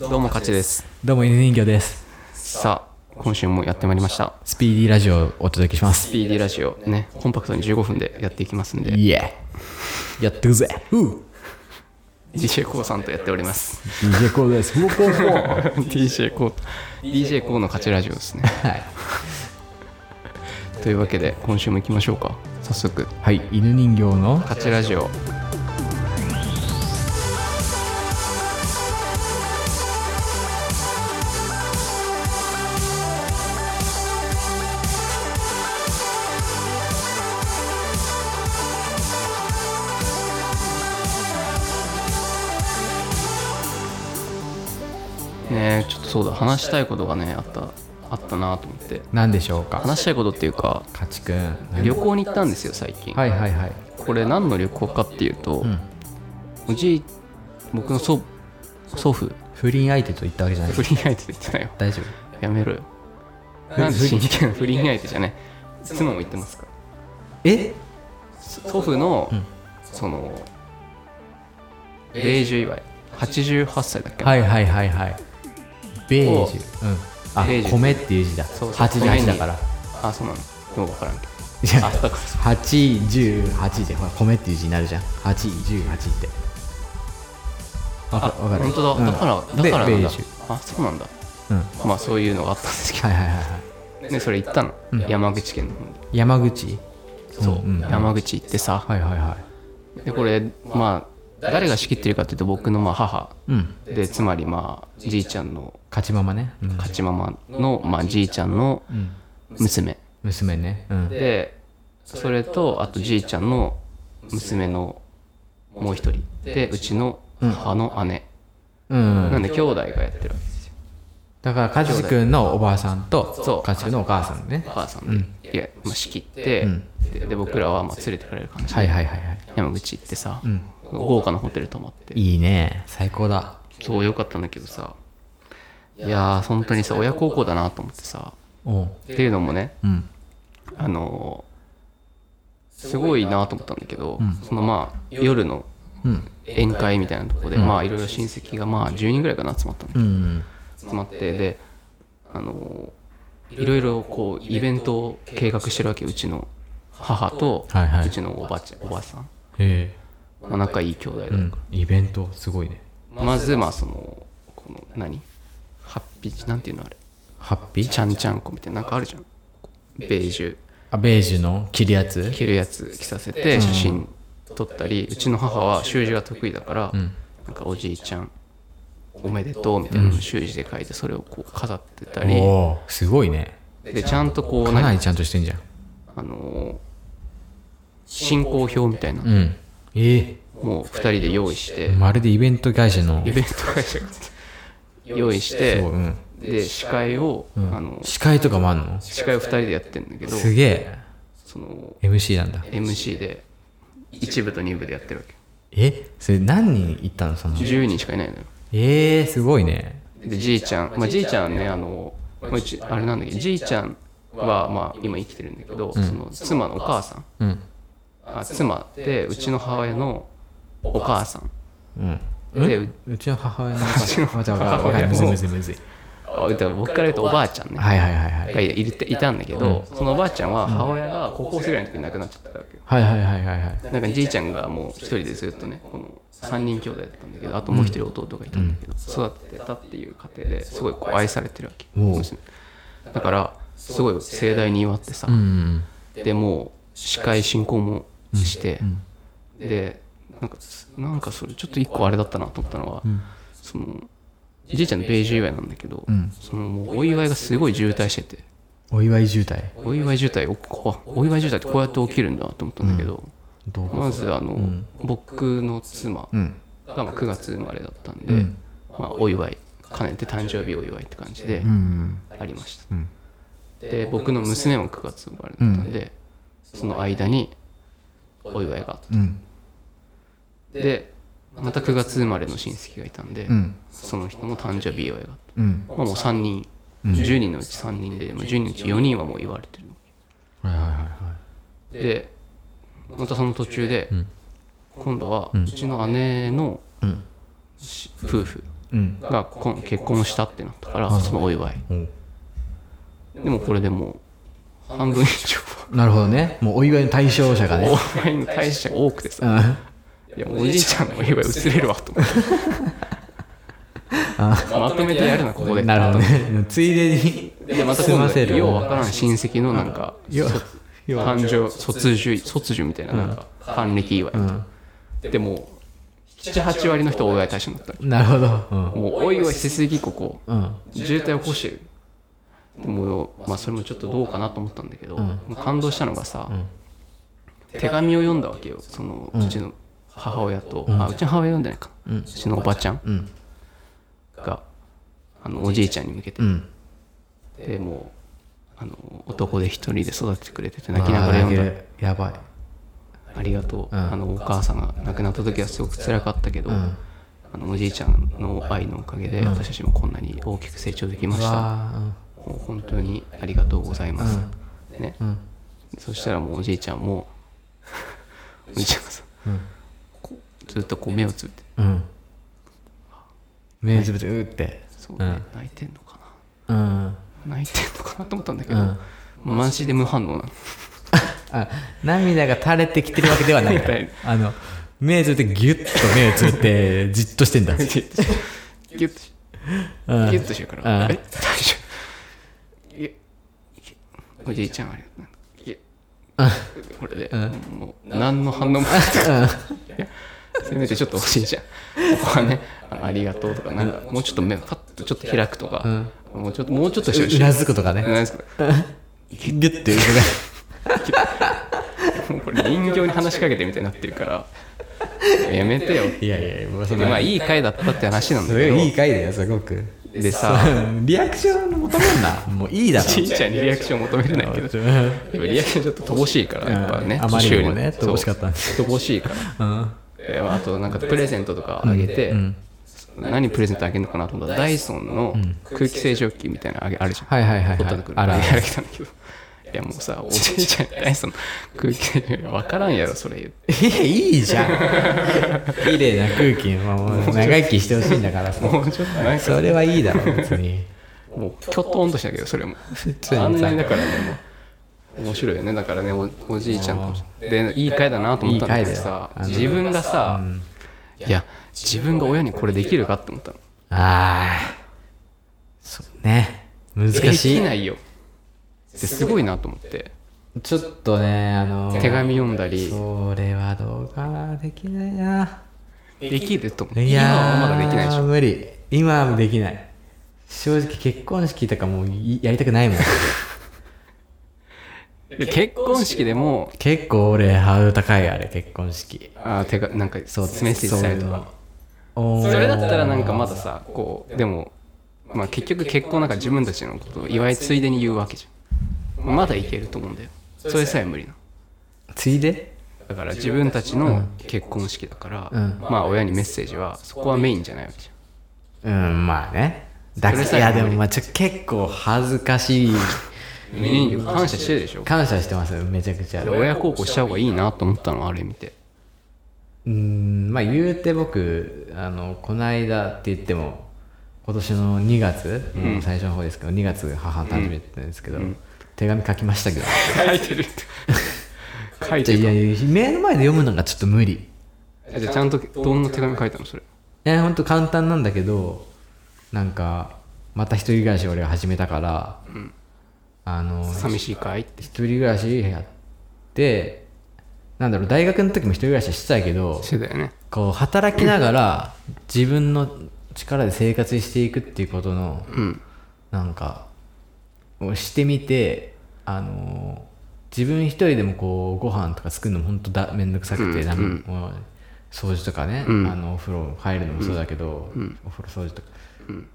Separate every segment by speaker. Speaker 1: どうも勝ちです
Speaker 2: どうも犬人形です
Speaker 1: さあ今週もやってまいりました
Speaker 2: スピーディーラジオをお届けします
Speaker 1: スピーディーラジオねコンパクトに15分でやっていきますんで
Speaker 2: イエーやってくぜうう
Speaker 1: DJ コウさんとやっております
Speaker 2: DJ コーですうおこうこう
Speaker 1: DJ コウ DJ コウの勝ちラジオですね
Speaker 2: はい、
Speaker 1: というわけで今週も行きましょうか早速
Speaker 2: はい、犬人形の
Speaker 1: 勝ちラジオねえちょっとそうだ話したいことがねあったあったなと思って
Speaker 2: 何でしょうか
Speaker 1: 話したいことっていうか
Speaker 2: かちくん
Speaker 1: 旅行に行ったんですよ最近、
Speaker 2: はいはいはい
Speaker 1: これ何の旅行かっていうと、
Speaker 2: ん
Speaker 1: おじい僕の祖祖父
Speaker 2: 不倫相手と言ったわけじゃない
Speaker 1: 不倫相手と言ってないよ
Speaker 2: 大丈
Speaker 1: やめろよ
Speaker 2: え
Speaker 1: なんで真剣な不倫相手じゃね妻も言ってますから
Speaker 2: 夫え
Speaker 1: 祖父の、
Speaker 2: うん
Speaker 1: その米寿祝い88歳だっけ、
Speaker 2: はいはいはいはいベージュうんあ
Speaker 1: ベージュ
Speaker 2: 米っていう字だ
Speaker 1: そうそう
Speaker 2: 88だから
Speaker 1: あそうなのでも分からんけど
Speaker 2: いや
Speaker 1: あだから
Speaker 2: 818でほら米っていう字になるじゃん818ってあ
Speaker 1: あ
Speaker 2: わかる
Speaker 1: 本当だ、だから
Speaker 2: で
Speaker 1: だからなんだ
Speaker 2: ベージュ
Speaker 1: あそうなんだ
Speaker 2: うんは
Speaker 1: まあそういうのがあったんですけ
Speaker 2: いはいはいはい
Speaker 1: どねそれ行ったの、山口県の方に
Speaker 2: 山口
Speaker 1: そう、
Speaker 2: んん
Speaker 1: 山口行ってさ、
Speaker 2: はいはいは
Speaker 1: でこれまあ誰が仕切ってるかっていうと僕のまあ母
Speaker 2: いうん
Speaker 1: でつまりまあじいちゃんの
Speaker 2: 勝ちママね、うん
Speaker 1: 勝ちママのまあじいちゃんの
Speaker 2: うん
Speaker 1: 娘
Speaker 2: 娘ね、うん、
Speaker 1: でそれとあとじいちゃんの娘のもう一人でうちの母の姉
Speaker 2: うん
Speaker 1: なんで兄弟がやってるわけですよ
Speaker 2: だから勝ちくんのおばあさん
Speaker 1: そう
Speaker 2: と勝ちくんのお母さんね
Speaker 1: 母さんでいやまあ仕切って
Speaker 2: ん
Speaker 1: でで僕らはまあ連れてかれる感じ
Speaker 2: はいはいはいはい
Speaker 1: 山口行ってさ
Speaker 2: ん
Speaker 1: 豪華なホテル泊まって
Speaker 2: いいね最高だ
Speaker 1: そう良かったんだけどさいやー本当にさ親孝行だなと思ってさ
Speaker 2: おう
Speaker 1: っていうのもね
Speaker 2: うん
Speaker 1: あのーすごいなと思ったんだけど、そのまあ夜の
Speaker 2: うん
Speaker 1: 宴会みたいなところで、まあいろいろ親戚がまあ10人ぐらいかな集まったんだけ
Speaker 2: う
Speaker 1: ど
Speaker 2: ん
Speaker 1: 集まってであのーいろいろこうイベントを計画してるわけうちの母と
Speaker 2: はいはいう
Speaker 1: ちのおばあちゃんおばあさん、
Speaker 2: へ
Speaker 1: まあ、仲いい兄弟だ
Speaker 2: え、うん、イベントすごいね
Speaker 1: まずまあそのこの何ハッピーなんていうのあれ
Speaker 2: ハッピー
Speaker 1: ちゃんちゃんこみたいななんかあるじゃんベージュ
Speaker 2: あベージュの着るやつ
Speaker 1: 着るやつ着させて写真撮ったり、うちの母は習字が得意だから、なんかおじいちゃんおめでとうみたいなのを習字で書いてそれをこう飾ってたり、
Speaker 2: おおすごいね
Speaker 1: でちゃんとこう
Speaker 2: かな
Speaker 1: 何
Speaker 2: りちゃんとしてんじゃん
Speaker 1: あのー進行表みたいな、
Speaker 2: うんえ
Speaker 1: もう2人で用意して、
Speaker 2: えまるでイベント会社の
Speaker 1: イベント会社が用意し
Speaker 2: そ
Speaker 1: て
Speaker 2: う、うん、
Speaker 1: で司会を、あの
Speaker 2: 司会とかもあんの
Speaker 1: 司会を2人でやってんだけど
Speaker 2: すげ
Speaker 1: その
Speaker 2: え MC なんだ
Speaker 1: MC で1部と2部でやってるわけ
Speaker 2: えそれ何人いったのその
Speaker 1: 10人しかいないのよ
Speaker 2: ええすごいね
Speaker 1: でじいちゃん、まあ、じいちゃんねあの、まあ、うちあれなんだけどじいちゃんは、まあ、今生きてるんだけど、その妻のお母さん
Speaker 2: うん
Speaker 1: あ妻でうちの母親のお母さん
Speaker 2: うん
Speaker 1: でう
Speaker 2: うちの母親の 母
Speaker 1: ちの
Speaker 2: わかるわかるわかるむずいむずいむずい
Speaker 1: あだから僕から言うとおばあちゃんね
Speaker 2: はいはいはいはい
Speaker 1: がいいていたんだけど、そのおばあちゃんは母親が高校生ぐらいの時に亡くなっちゃったわけよ
Speaker 2: はいはいはいはいはい
Speaker 1: なんかじいちゃんがもう一人でずっとねこの3人兄弟だったんだけどあともう一人弟がいたんだけど、育てたっていう家庭ですごいこう愛されてるわけ
Speaker 2: おう
Speaker 1: 娘だからすごい盛大に祝ってさ、
Speaker 2: うん
Speaker 1: でもう司会進行もして、でなんかなんかそれちょっと一個あれだったなと思ったのは、そのじいちゃんの米寿祝いなんだけど、そのもうお祝いがすごい渋滞してて
Speaker 2: お祝い渋滞
Speaker 1: お祝い渋滞おこお祝い渋滞ってこうやって起きるんだなと思ったんだけど、
Speaker 2: どう
Speaker 1: まずあの、僕の妻がまあ9月生まれだったんで、まあ、お祝い兼ねて誕生日お祝いって感じで
Speaker 2: うん
Speaker 1: ありました、で僕の娘も9月生まれだったんで、その間にお祝いがあった、
Speaker 2: うん
Speaker 1: でまた9月生まれの親戚がいたんで、
Speaker 2: うん
Speaker 1: その人の誕生日祝いがあっ
Speaker 2: うん
Speaker 1: た、まあ、もう3人、10人のうち3人で、まあ、10人のうち4人はもう言われてる
Speaker 2: はいはいはいはい
Speaker 1: でまたその途中で、今度はうちの姉のし夫婦
Speaker 2: うん
Speaker 1: がこん結婚したってなったか
Speaker 2: あ
Speaker 1: らそのお祝い
Speaker 2: うん
Speaker 1: でもこれでもう半分以 上
Speaker 2: なるほどねもうお祝いの対象者がね
Speaker 1: はお祝いの対象が多くてさ
Speaker 2: うんあ
Speaker 1: いやもうおじいちゃんのお祝い移れるわと 思ってまとめてやるなここで
Speaker 2: なるほどね ついでに
Speaker 1: でまた
Speaker 2: 済ませ
Speaker 1: 今
Speaker 2: る
Speaker 1: 度ようわからん親戚のなんか
Speaker 2: よよ
Speaker 1: 誕生卒寿卒寿みたいななんか還暦祝いみたいなでも78割の人お祝い対象になった
Speaker 2: なるほどうん
Speaker 1: もうお祝いしすぎここ
Speaker 2: うん
Speaker 1: 渋滞を起こしてるでもまあそれもちょっとどうかなと思ったんだけど、
Speaker 2: ん
Speaker 1: もう感動したのがさ、手紙を読んだわけよその、うちの母親と、うあうちの母親読んでないか、うちのおばちゃん
Speaker 2: うん
Speaker 1: があのおじいちゃんに向けて、
Speaker 2: うん
Speaker 1: でもうあの男で一人で育ててくれてて泣きながら読んだ
Speaker 2: あー泣けるやばい
Speaker 1: ありがとう、
Speaker 2: うん
Speaker 1: あのお母さんが亡くなった時はすごく辛かったけど、
Speaker 2: うん
Speaker 1: あのおじいちゃんの愛のおかげで私たちもこんなに大きく成長できま
Speaker 2: う
Speaker 1: した、
Speaker 2: わー
Speaker 1: もう本当にありがとうございます、ね、
Speaker 2: うんうん
Speaker 1: そしたらもうおじいちゃんもおじいちゃんがさ、こうずっとこう目をつぶって
Speaker 2: うん。目つぶって、うって。
Speaker 1: そう、ね泣いてんのか
Speaker 2: うん。
Speaker 1: な泣いてんのかなと思ったんだけ
Speaker 2: う
Speaker 1: ど、
Speaker 2: ん。
Speaker 1: マジで無反応なの
Speaker 2: あ、涙が垂れてきてるわけではないん だ
Speaker 1: みたいな。
Speaker 2: あの、目つぶって、ギュッと目をつぶ って、じっとしてんだ。うん。
Speaker 1: ギュッとしギュッとしてるから、
Speaker 2: うん
Speaker 1: え大丈夫いやおじいちゃんありがとういやこれで、もう何の反応もないいやせめてちょっとおじいちゃんここはねあのありがとうとかなんかもうちょっと目をパッとちょっと開くとか、もうちょっともうちょっとしてほし
Speaker 2: う
Speaker 1: い
Speaker 2: なずくとか
Speaker 1: う
Speaker 2: ね。
Speaker 1: なずく
Speaker 2: ギ ュッて。
Speaker 1: もうこれ人形に話しかけてみたいになってるからやめてよ
Speaker 2: いやいや、もうそ
Speaker 1: でまあ
Speaker 2: い。
Speaker 1: いい回だったって話なんだ
Speaker 2: すごい
Speaker 1: け
Speaker 2: いい回だよ、すご く。
Speaker 1: どでさ
Speaker 2: うんリアクション求めんな。もういいだ
Speaker 1: おじい
Speaker 2: ろ。
Speaker 1: ちゃんにリアクション求めれないけどやっぱリアクションちょっと乏しいから、 やっぱね、
Speaker 2: うんあまりにもね
Speaker 1: 年寄りの
Speaker 2: 乏しかったんで
Speaker 1: そう乏しいから。
Speaker 2: うん。
Speaker 1: えーあと、なんかプレゼントとかあげて、何プレゼントあげるのかなと思ったら、ダイソンの空気清浄機みたいなのあげあるじゃん。
Speaker 2: はいはいはい
Speaker 1: ポッ
Speaker 2: は
Speaker 1: ト
Speaker 2: い
Speaker 1: の。車
Speaker 2: あ
Speaker 1: で
Speaker 2: ら
Speaker 1: あ。げたんだけど。いやもうさ、おじいちゃんにダイソンの空気清浄機わからんやろ、それ言って。
Speaker 2: いやいい じゃん。綺麗な空気、まあもう長生きしてほしいんだからさ。
Speaker 1: もうちょっとなんか、
Speaker 2: それはいいだろ、別に。
Speaker 1: もうきょとんとしたけど、それも。
Speaker 2: 通にさ
Speaker 1: あんなにだからね、もう面白いよね。だからね、おおじいちゃんの。で、いい回だなと思ったんだけどさ、
Speaker 2: いい回だよあの
Speaker 1: 自分がさ、いや、自分が親にこれできるかって思ったの。
Speaker 2: ああ。そうね。難し
Speaker 1: で
Speaker 2: い
Speaker 1: き。ないよですごいなと思って
Speaker 2: ちょっとね、あの
Speaker 1: 手紙読んだり
Speaker 2: それはどうかな、できないな。
Speaker 1: できると思って
Speaker 2: い
Speaker 1: 今
Speaker 2: やー、
Speaker 1: はまだできないでしょ
Speaker 2: 無理。今はできない。正直結婚式とかもういやりた くないもん。
Speaker 1: で結婚式でも
Speaker 2: 結構俺、ハードル高いあれ、結婚式。
Speaker 1: あーてかなんかメッセージ
Speaker 2: そう
Speaker 1: さ
Speaker 2: い
Speaker 1: れ
Speaker 2: う
Speaker 1: ると
Speaker 2: の
Speaker 1: か。
Speaker 2: お
Speaker 1: そ
Speaker 2: ー
Speaker 1: れだったらなんかまださこうでもまあ結局結婚なんか自分たちのことを祝いついでに言うわけじゃんまだいけると思うんだよそれさえ無理な
Speaker 2: ついで
Speaker 1: だから自分たちの結婚式だから、
Speaker 2: うん
Speaker 1: まあ親にメッセージはそこはメインじゃないわけじ
Speaker 2: うん、まあね。だから、
Speaker 1: それ
Speaker 2: い
Speaker 1: さえ
Speaker 2: や
Speaker 1: 無理
Speaker 2: でもまあちょ結構恥ず かしい。
Speaker 1: ゃんメインに感謝してるでしょ
Speaker 2: 感謝してますよ、めちゃくちゃ。
Speaker 1: で親孝行した方がいいなと思ったのあれ見て
Speaker 2: うーんまあ言うて僕あのこの間って言っても今年の2月、もう最初の方ですけど2月母の誕生日だったんですけど、手紙書きましたけど
Speaker 1: 書いてるって 書いて
Speaker 2: い
Speaker 1: る
Speaker 2: やいや目の前で読むのがちょっと無理
Speaker 1: じゃあちゃんとどんな手紙書いたのそれ
Speaker 2: えほんと簡単なんだけどなんかまた一人暮らしを俺が始めたから、あの
Speaker 1: 寂しいかいって
Speaker 2: 一人暮らしやってなんだろう大学の時も一人暮らししてたけど
Speaker 1: してたよね
Speaker 2: こう働きながら自分の力で生活していくっていうことの
Speaker 1: うん
Speaker 2: なんかをしてみてあのー自分一人でもこうご飯とか作るのも本当だ面倒くさくて、なんもう掃除とかね、あのお風呂入るのもそうだけど、お風呂掃除とか、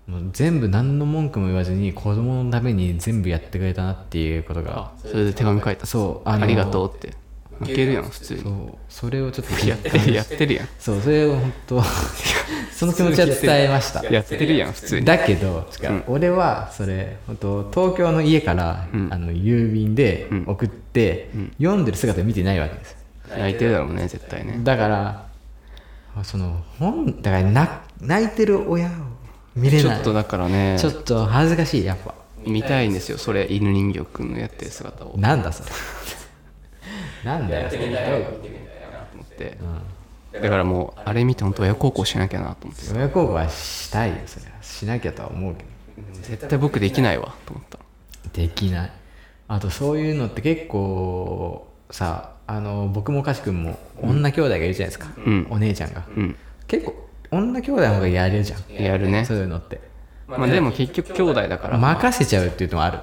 Speaker 2: もう全部何の文句も言わずに子供のために全部やってくれたなっていうことが
Speaker 1: それで手紙書いた
Speaker 2: そう
Speaker 1: あ
Speaker 2: のー
Speaker 1: りがとうっていけるやん普通に
Speaker 2: そうそれをちょっと
Speaker 1: やって るやってるやん
Speaker 2: そうそれを本当 その気持ちは伝えました
Speaker 1: やってるやん普通に
Speaker 2: だけど、俺はそれ本当東京の家から、あの郵便で送って、読んでる姿見てないわけですよ
Speaker 1: 泣いてるだろうね絶対ね
Speaker 2: だからその本だからな泣いてる親を見れ
Speaker 1: ちょ
Speaker 2: ない
Speaker 1: っとだからね
Speaker 2: ちょっと恥ずかしいやっぱ
Speaker 1: 見たいんですよそれ犬人形くんのやってる姿を
Speaker 2: なんだ それなんだよそれ
Speaker 1: 思って、だからもうあれ見て本当親孝行しなきゃなと思って
Speaker 2: 親孝行はしたいよそれはしなきゃとは思うけど
Speaker 1: 絶対僕できないわと思った
Speaker 2: できないあとそういうのって結構さあの僕もかしくんも女兄弟がいるじゃないですか、
Speaker 1: ん
Speaker 2: お姉ちゃんが、
Speaker 1: うん
Speaker 2: 結構女兄弟の方がやれるじゃん
Speaker 1: やるね
Speaker 2: そういうのって
Speaker 1: まあでも結局兄弟だから、
Speaker 2: 任せちゃうっていうのはある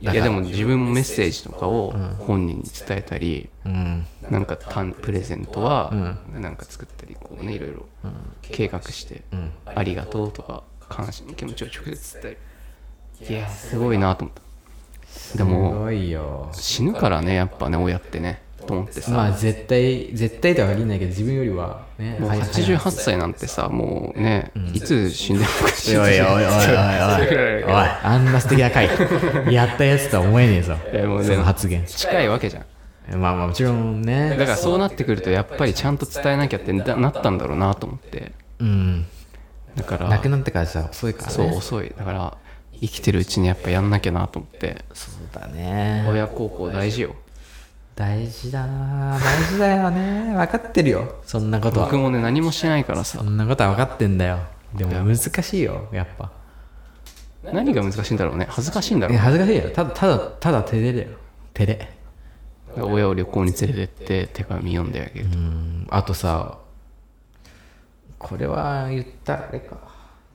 Speaker 1: いやでも自分もメッセージとかを本人に伝えたり、
Speaker 2: うん
Speaker 1: なんかたプレゼントはなんか作ったりこうねいろいろ計画して、ありがとうとか感謝の気持ちを直接伝えるいやすごいなと思ったですも
Speaker 2: ごいよ
Speaker 1: 死ぬからねやっぱね親ってねと思ってさ、
Speaker 2: まあ絶対絶対とは限らないけど自分よりはね
Speaker 1: もう
Speaker 2: はい
Speaker 1: 88歳なんてさもうね、いつ死んでもおかしい
Speaker 2: おいおいおいおいおいおいあんな素敵な回やったやつとは思えねえぞ
Speaker 1: いやもうね
Speaker 2: その発 言
Speaker 1: 近いわけじゃん
Speaker 2: まあまあもちろん
Speaker 1: だか
Speaker 2: ね
Speaker 1: らそうなってくるとやっぱりちゃんと伝えなきゃってななったんだろうなと思って
Speaker 2: うん
Speaker 1: だから
Speaker 2: 亡くなってからじゃ遅いからね
Speaker 1: そう遅いだから生きてるうちにやっぱやんなきゃなと思って
Speaker 2: そうだね
Speaker 1: 親孝行大事よ
Speaker 2: 大事だな大事だよね分かってるよそんなこと
Speaker 1: 僕
Speaker 2: は
Speaker 1: もね何もしないからさ
Speaker 2: そんなことは分かってんだよでも難しいよやっぱ
Speaker 1: 何が難しいんだろうね恥ずかしいんだ
Speaker 2: い
Speaker 1: ろう
Speaker 2: や
Speaker 1: だか
Speaker 2: 恥ずかしいよただただただ照れだよ照れ
Speaker 1: ら親を旅行に連れてって手紙読んであげると
Speaker 2: うんあとさこれは言ったらあれか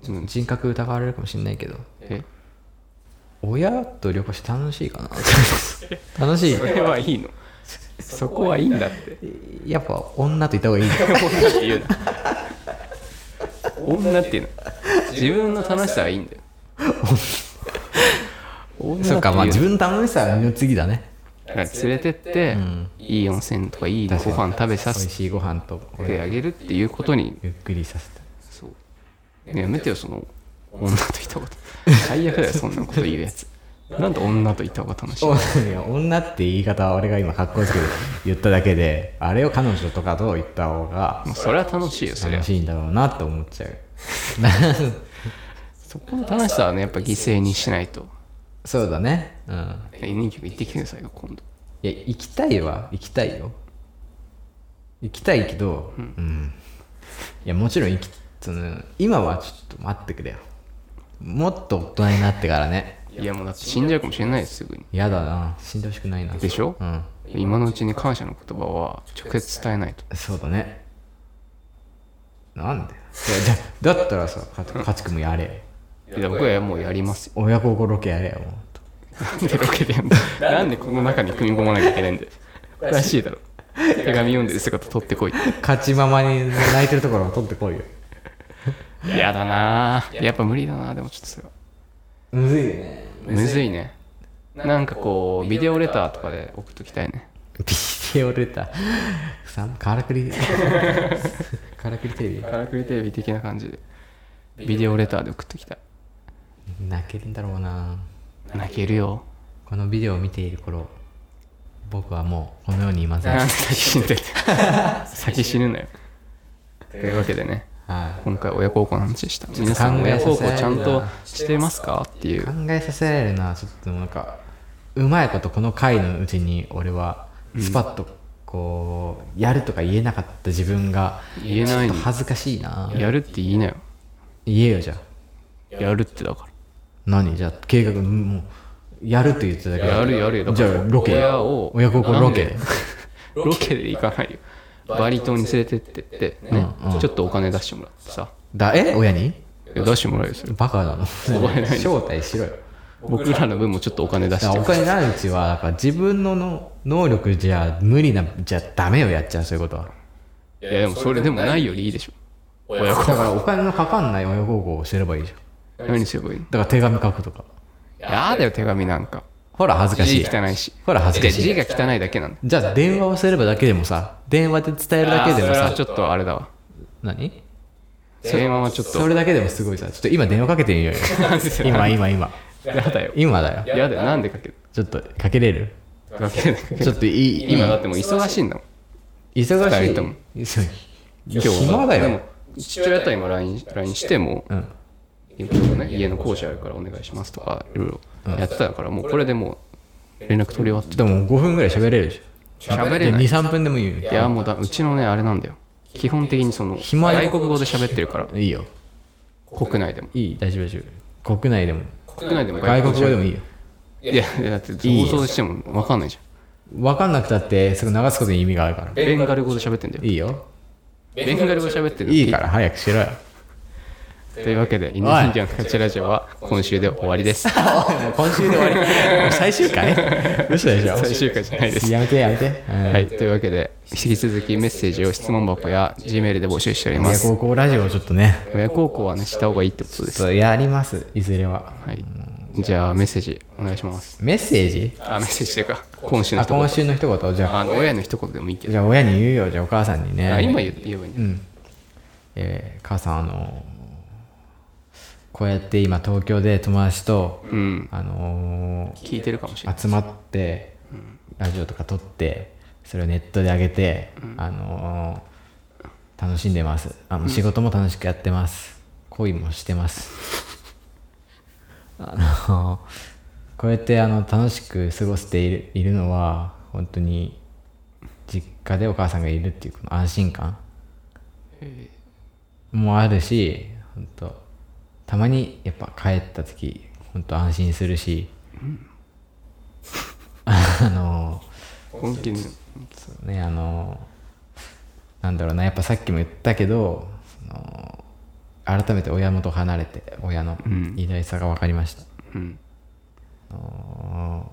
Speaker 2: ちょっと人格疑われるかもしれないけど
Speaker 1: え
Speaker 2: 親と旅行して楽しいかな 楽しい
Speaker 1: それはいいのそこはいいんだって
Speaker 2: やっぱ女といた方がいい
Speaker 1: 女って言うな女っていうの自分の楽しさはいいんだよ女
Speaker 2: そうかま
Speaker 1: っ
Speaker 2: あ
Speaker 1: て
Speaker 2: 自
Speaker 1: いう
Speaker 2: 分の楽しさは二の次だね
Speaker 1: だから連れてって、いい温泉とかいいご飯食べさ
Speaker 2: 美
Speaker 1: せ
Speaker 2: 味しいご飯とこれ
Speaker 1: てあげるっていうことに
Speaker 2: ゆっくりさせて
Speaker 1: そうねやめてよその女といたこと最悪だ よそんなこと言うやつなんで女といた方が楽しいの
Speaker 2: いや女って言い方は俺が今かっこいいですけど言っただけであれを彼女とかと言った方が
Speaker 1: もうそれは楽しいよそれは
Speaker 2: 楽しいんだろうなって思っちゃう
Speaker 1: そこの楽しさはねやっぱ犠牲にしないと
Speaker 2: そうだねうん
Speaker 1: 人気行ってきてくださいよ今度
Speaker 2: いや行きたいは行きたいよ行きたいけどうん、いやもちろん行きその今はちょっと待ってくれよもっと大人になってからね
Speaker 1: いやもうだって死んじゃうかもしれないですすぐに
Speaker 2: 嫌だな死んでほしくないな
Speaker 1: でしょ
Speaker 2: うん
Speaker 1: 今のうちに感謝の言葉は直接伝えないと
Speaker 2: そうだねなんで じゃだったらさかかちくんもやれ
Speaker 1: いや僕はもうやりますよ
Speaker 2: 親孝行ロケやれよもっと
Speaker 1: なんでロケでやんだなんでこの中に組み込まなきゃいけないんだよおかしいだろ手紙読んでる姿取ってこいって
Speaker 2: 勝ちママに泣いてるところを取ってこいよ
Speaker 1: 嫌だなぁやっぱ無理だなぁでもちょっとそれは
Speaker 2: むずいよね
Speaker 1: むずいねなんかこうビデオレターとかで送っときたいね
Speaker 2: ビデオレターさカラク リカラクリテレビ
Speaker 1: カラクリテレビ的な感じでビデオレターで送っときたい
Speaker 2: 泣けるんだろうな
Speaker 1: 泣けるよ
Speaker 2: このビデオを見ている頃僕はもうこの世にいません
Speaker 1: な
Speaker 2: は
Speaker 1: ん
Speaker 2: い
Speaker 1: で先死んでる 先死ぬなよというわけでね今回親孝行の話でした皆さん
Speaker 2: 考え
Speaker 1: 親
Speaker 2: させら
Speaker 1: 孝
Speaker 2: れるな
Speaker 1: 行ちゃんとしてますかってい
Speaker 2: 考
Speaker 1: う
Speaker 2: えさせられるなちょっとなんかうまいことこの回のうちに俺はスパッとこうやるとか言えなかった自分が
Speaker 1: 言えない
Speaker 2: ちょ
Speaker 1: の
Speaker 2: っと恥ずかしいな
Speaker 1: やるって言いなよ
Speaker 2: 言えよじゃあ
Speaker 1: やるってだか
Speaker 2: 何じゃあ計画もうやるって言ってたけ
Speaker 1: ら
Speaker 2: ど
Speaker 1: やるやるよだか
Speaker 2: じゃ
Speaker 1: ら
Speaker 2: あロケ
Speaker 1: 親を
Speaker 2: 親孝行ロケ
Speaker 1: ロケで行かないよバリ島に連れてってってねちょっとお金出してもらってさ
Speaker 2: だ え親に
Speaker 1: いや出してもらうよそれ
Speaker 2: バカなの
Speaker 1: 前何
Speaker 2: 招待しろよ
Speaker 1: 僕らの分もちょっとお金出
Speaker 2: だ
Speaker 1: し
Speaker 2: か
Speaker 1: て
Speaker 2: らお金ないうちはだから自分のの能力じゃ無理なじゃダメよやっちゃうそういうことはい
Speaker 1: やでもそれでもないよりいいでしょ親
Speaker 2: だ
Speaker 1: 子
Speaker 2: からお金のかかんない親孝行をすればいいじゃん
Speaker 1: 何すればいいの
Speaker 2: だから手紙書くとか
Speaker 1: やだよ手紙なんか
Speaker 2: ほら恥ずかし
Speaker 1: 字
Speaker 2: い
Speaker 1: 汚いし
Speaker 2: ほら恥ず
Speaker 1: で
Speaker 2: かしい
Speaker 1: 字が汚いだけなんだ
Speaker 2: じゃあ電話をすればだけでもさ電話で伝えるだけでも
Speaker 1: さ
Speaker 2: さ
Speaker 1: ちょっとあれだわ
Speaker 2: 何
Speaker 1: それままちょっ
Speaker 2: そ
Speaker 1: と
Speaker 2: れだけでもすごいさちょっと今電話かけてみようよ今今今
Speaker 1: やだよ
Speaker 2: 今だよ
Speaker 1: やだよなんでかける
Speaker 2: ちょっとかけれる
Speaker 1: かけない
Speaker 2: ちょっといい
Speaker 1: 今だってもう忙しいんだもん二人とも
Speaker 2: 忙しい
Speaker 1: 今日は
Speaker 2: 暇だ
Speaker 1: で
Speaker 2: よ
Speaker 1: も父親とは今 LINE しても
Speaker 2: うん
Speaker 1: 今日もね家の工事あるからお願いしますとかいろいろやってたからもうこれでもう連絡取り終わって
Speaker 2: でも5分ぐらい喋れるでしょ
Speaker 1: 喋れない
Speaker 2: 23分でもいいよ
Speaker 1: いやもうだうちのねあれなんだよ基本的にその
Speaker 2: 暇よ
Speaker 1: 外国語で喋ってるから
Speaker 2: いいよ
Speaker 1: 国内でも
Speaker 2: いい大丈夫大丈夫国内でも
Speaker 1: 国内でも
Speaker 2: 外国語でも
Speaker 1: い
Speaker 2: いいよ
Speaker 1: いやいやだって放送しても分かんないじ
Speaker 2: 分かんなくたってすぐ流すことに意味があるから
Speaker 1: ゃんベンガル語で喋ってんだよ
Speaker 2: いいよ
Speaker 1: ベンガル語で喋ってるの
Speaker 2: いいから早くしろよ
Speaker 1: というわけで「インディアンカチラジオ」は今週で終わりです
Speaker 2: 今週で終わりもう最終回嘘でしょ
Speaker 1: 最終回じゃないです
Speaker 2: やめてやめて、うん
Speaker 1: はい、というわけで引き続きメッセージを質問箱や G メールで募集しておりま
Speaker 2: 親
Speaker 1: す
Speaker 2: 孝行ラジオをちょっとね
Speaker 1: 親孝行はねした方がいいってことです、
Speaker 2: そうやりますいずれは
Speaker 1: はい、じゃあメッセージお願いします
Speaker 2: メッセージ
Speaker 1: あメッセージというか今週の
Speaker 2: あ
Speaker 1: 一言
Speaker 2: 今週の一言じゃあ
Speaker 1: あの親の一言でもいいけど
Speaker 2: じゃあ親に言うよじゃあお母さんにね
Speaker 1: あ今言って言えばいいんだ
Speaker 2: うんえー母さんあのこうやって今東京で友達と、
Speaker 1: うん
Speaker 2: あの
Speaker 1: 聞いてるかもしれない
Speaker 2: 集まって、ラジオとか撮ってそれをネットで上げて、あのー楽しんでますあの仕事も楽しくやってます、恋もしてますあのーこうやってあの楽しく過ごしているいるのは本当に実家でお母さんがいるっていうこの安心感もあるし本当たまにやっぱ帰った時本当安心するし、 あの
Speaker 1: 本気に
Speaker 2: そうねあのなんだろうなやっぱさっきも言ったけどその改めて親元を離れて親の偉大さが分かりました、
Speaker 1: うん
Speaker 2: あの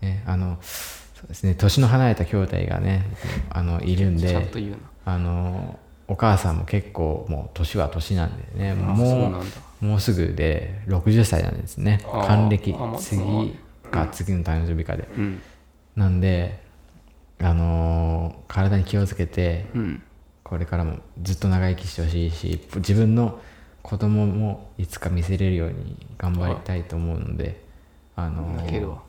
Speaker 2: ねあのそうですね年の離れた兄弟がねあのいるんで
Speaker 1: ちゃんと言うな
Speaker 2: あのお母さんも結構もう年は年なんでね
Speaker 1: あそうなん
Speaker 2: も
Speaker 1: だ
Speaker 2: うもうすぐで60歳なんですね
Speaker 1: あー
Speaker 2: 還暦
Speaker 1: あまあ
Speaker 2: 次
Speaker 1: まあね
Speaker 2: か次の誕生日かで、
Speaker 1: うん
Speaker 2: なんであのー体に気をつけて
Speaker 1: うん
Speaker 2: これからもずっと長生きしてほしいし自分の子供もいつか見せれるように頑張りたいと思うのであの
Speaker 1: 泣ける
Speaker 2: ー
Speaker 1: わ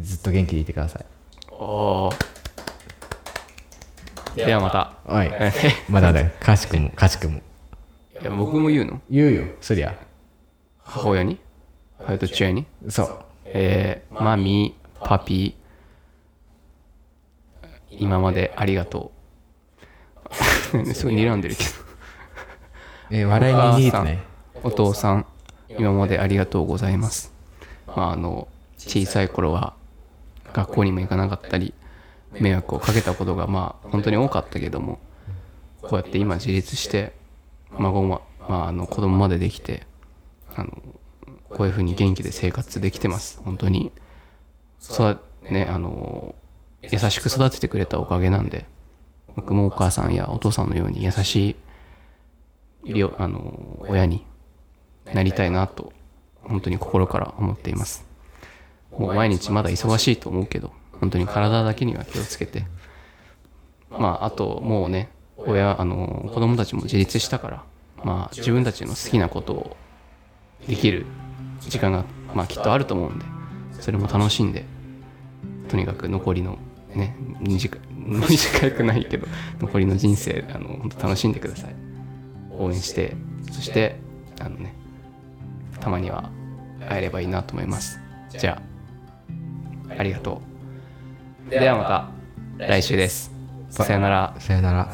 Speaker 2: ずっと元気でいてください
Speaker 1: おーではまた
Speaker 2: はいまだだかしくもかしくも
Speaker 1: いや僕も言うの
Speaker 2: 言うよそりゃ
Speaker 1: 母親に母親と父親に
Speaker 2: そう
Speaker 1: えー、マミー、パピー、今までありがとう。 すごい睨んでるけ
Speaker 2: えー笑いに逃げてね
Speaker 1: ど。お父さん、今までありがとうございます。まあ、あの、小さい頃は学校にも行かなかったり、迷惑をかけたことが、まあ、本当に多かったけども、こうやって今自立して、孫も、まあ、あの、子供までできて、あの、こういうふうに元気で生活できてます。本当に。そうね、あの、優しく育ててくれたおかげなんで、僕もお母さんやお父さんのように優しい、りょあの、親になりたいなと、本当に心から思っています。もう毎日まだ忙しいと思うけど、本当に体だけには気をつけて、まあ、あと、もうね、親、あの、子供たちも自立したから、まあ、自分たちの好きなことをできる時間が、まあ、きっとあると思うんで、それも楽しんで、とにかく残りの、ね、短い 短くないけど、残りの人生、あの、本当楽しんでください。応援して、そして、あのね、たまには会えればいいなと思います。じゃあ、ありがとう。ではまた、来週です。さよなら。
Speaker 2: さよなら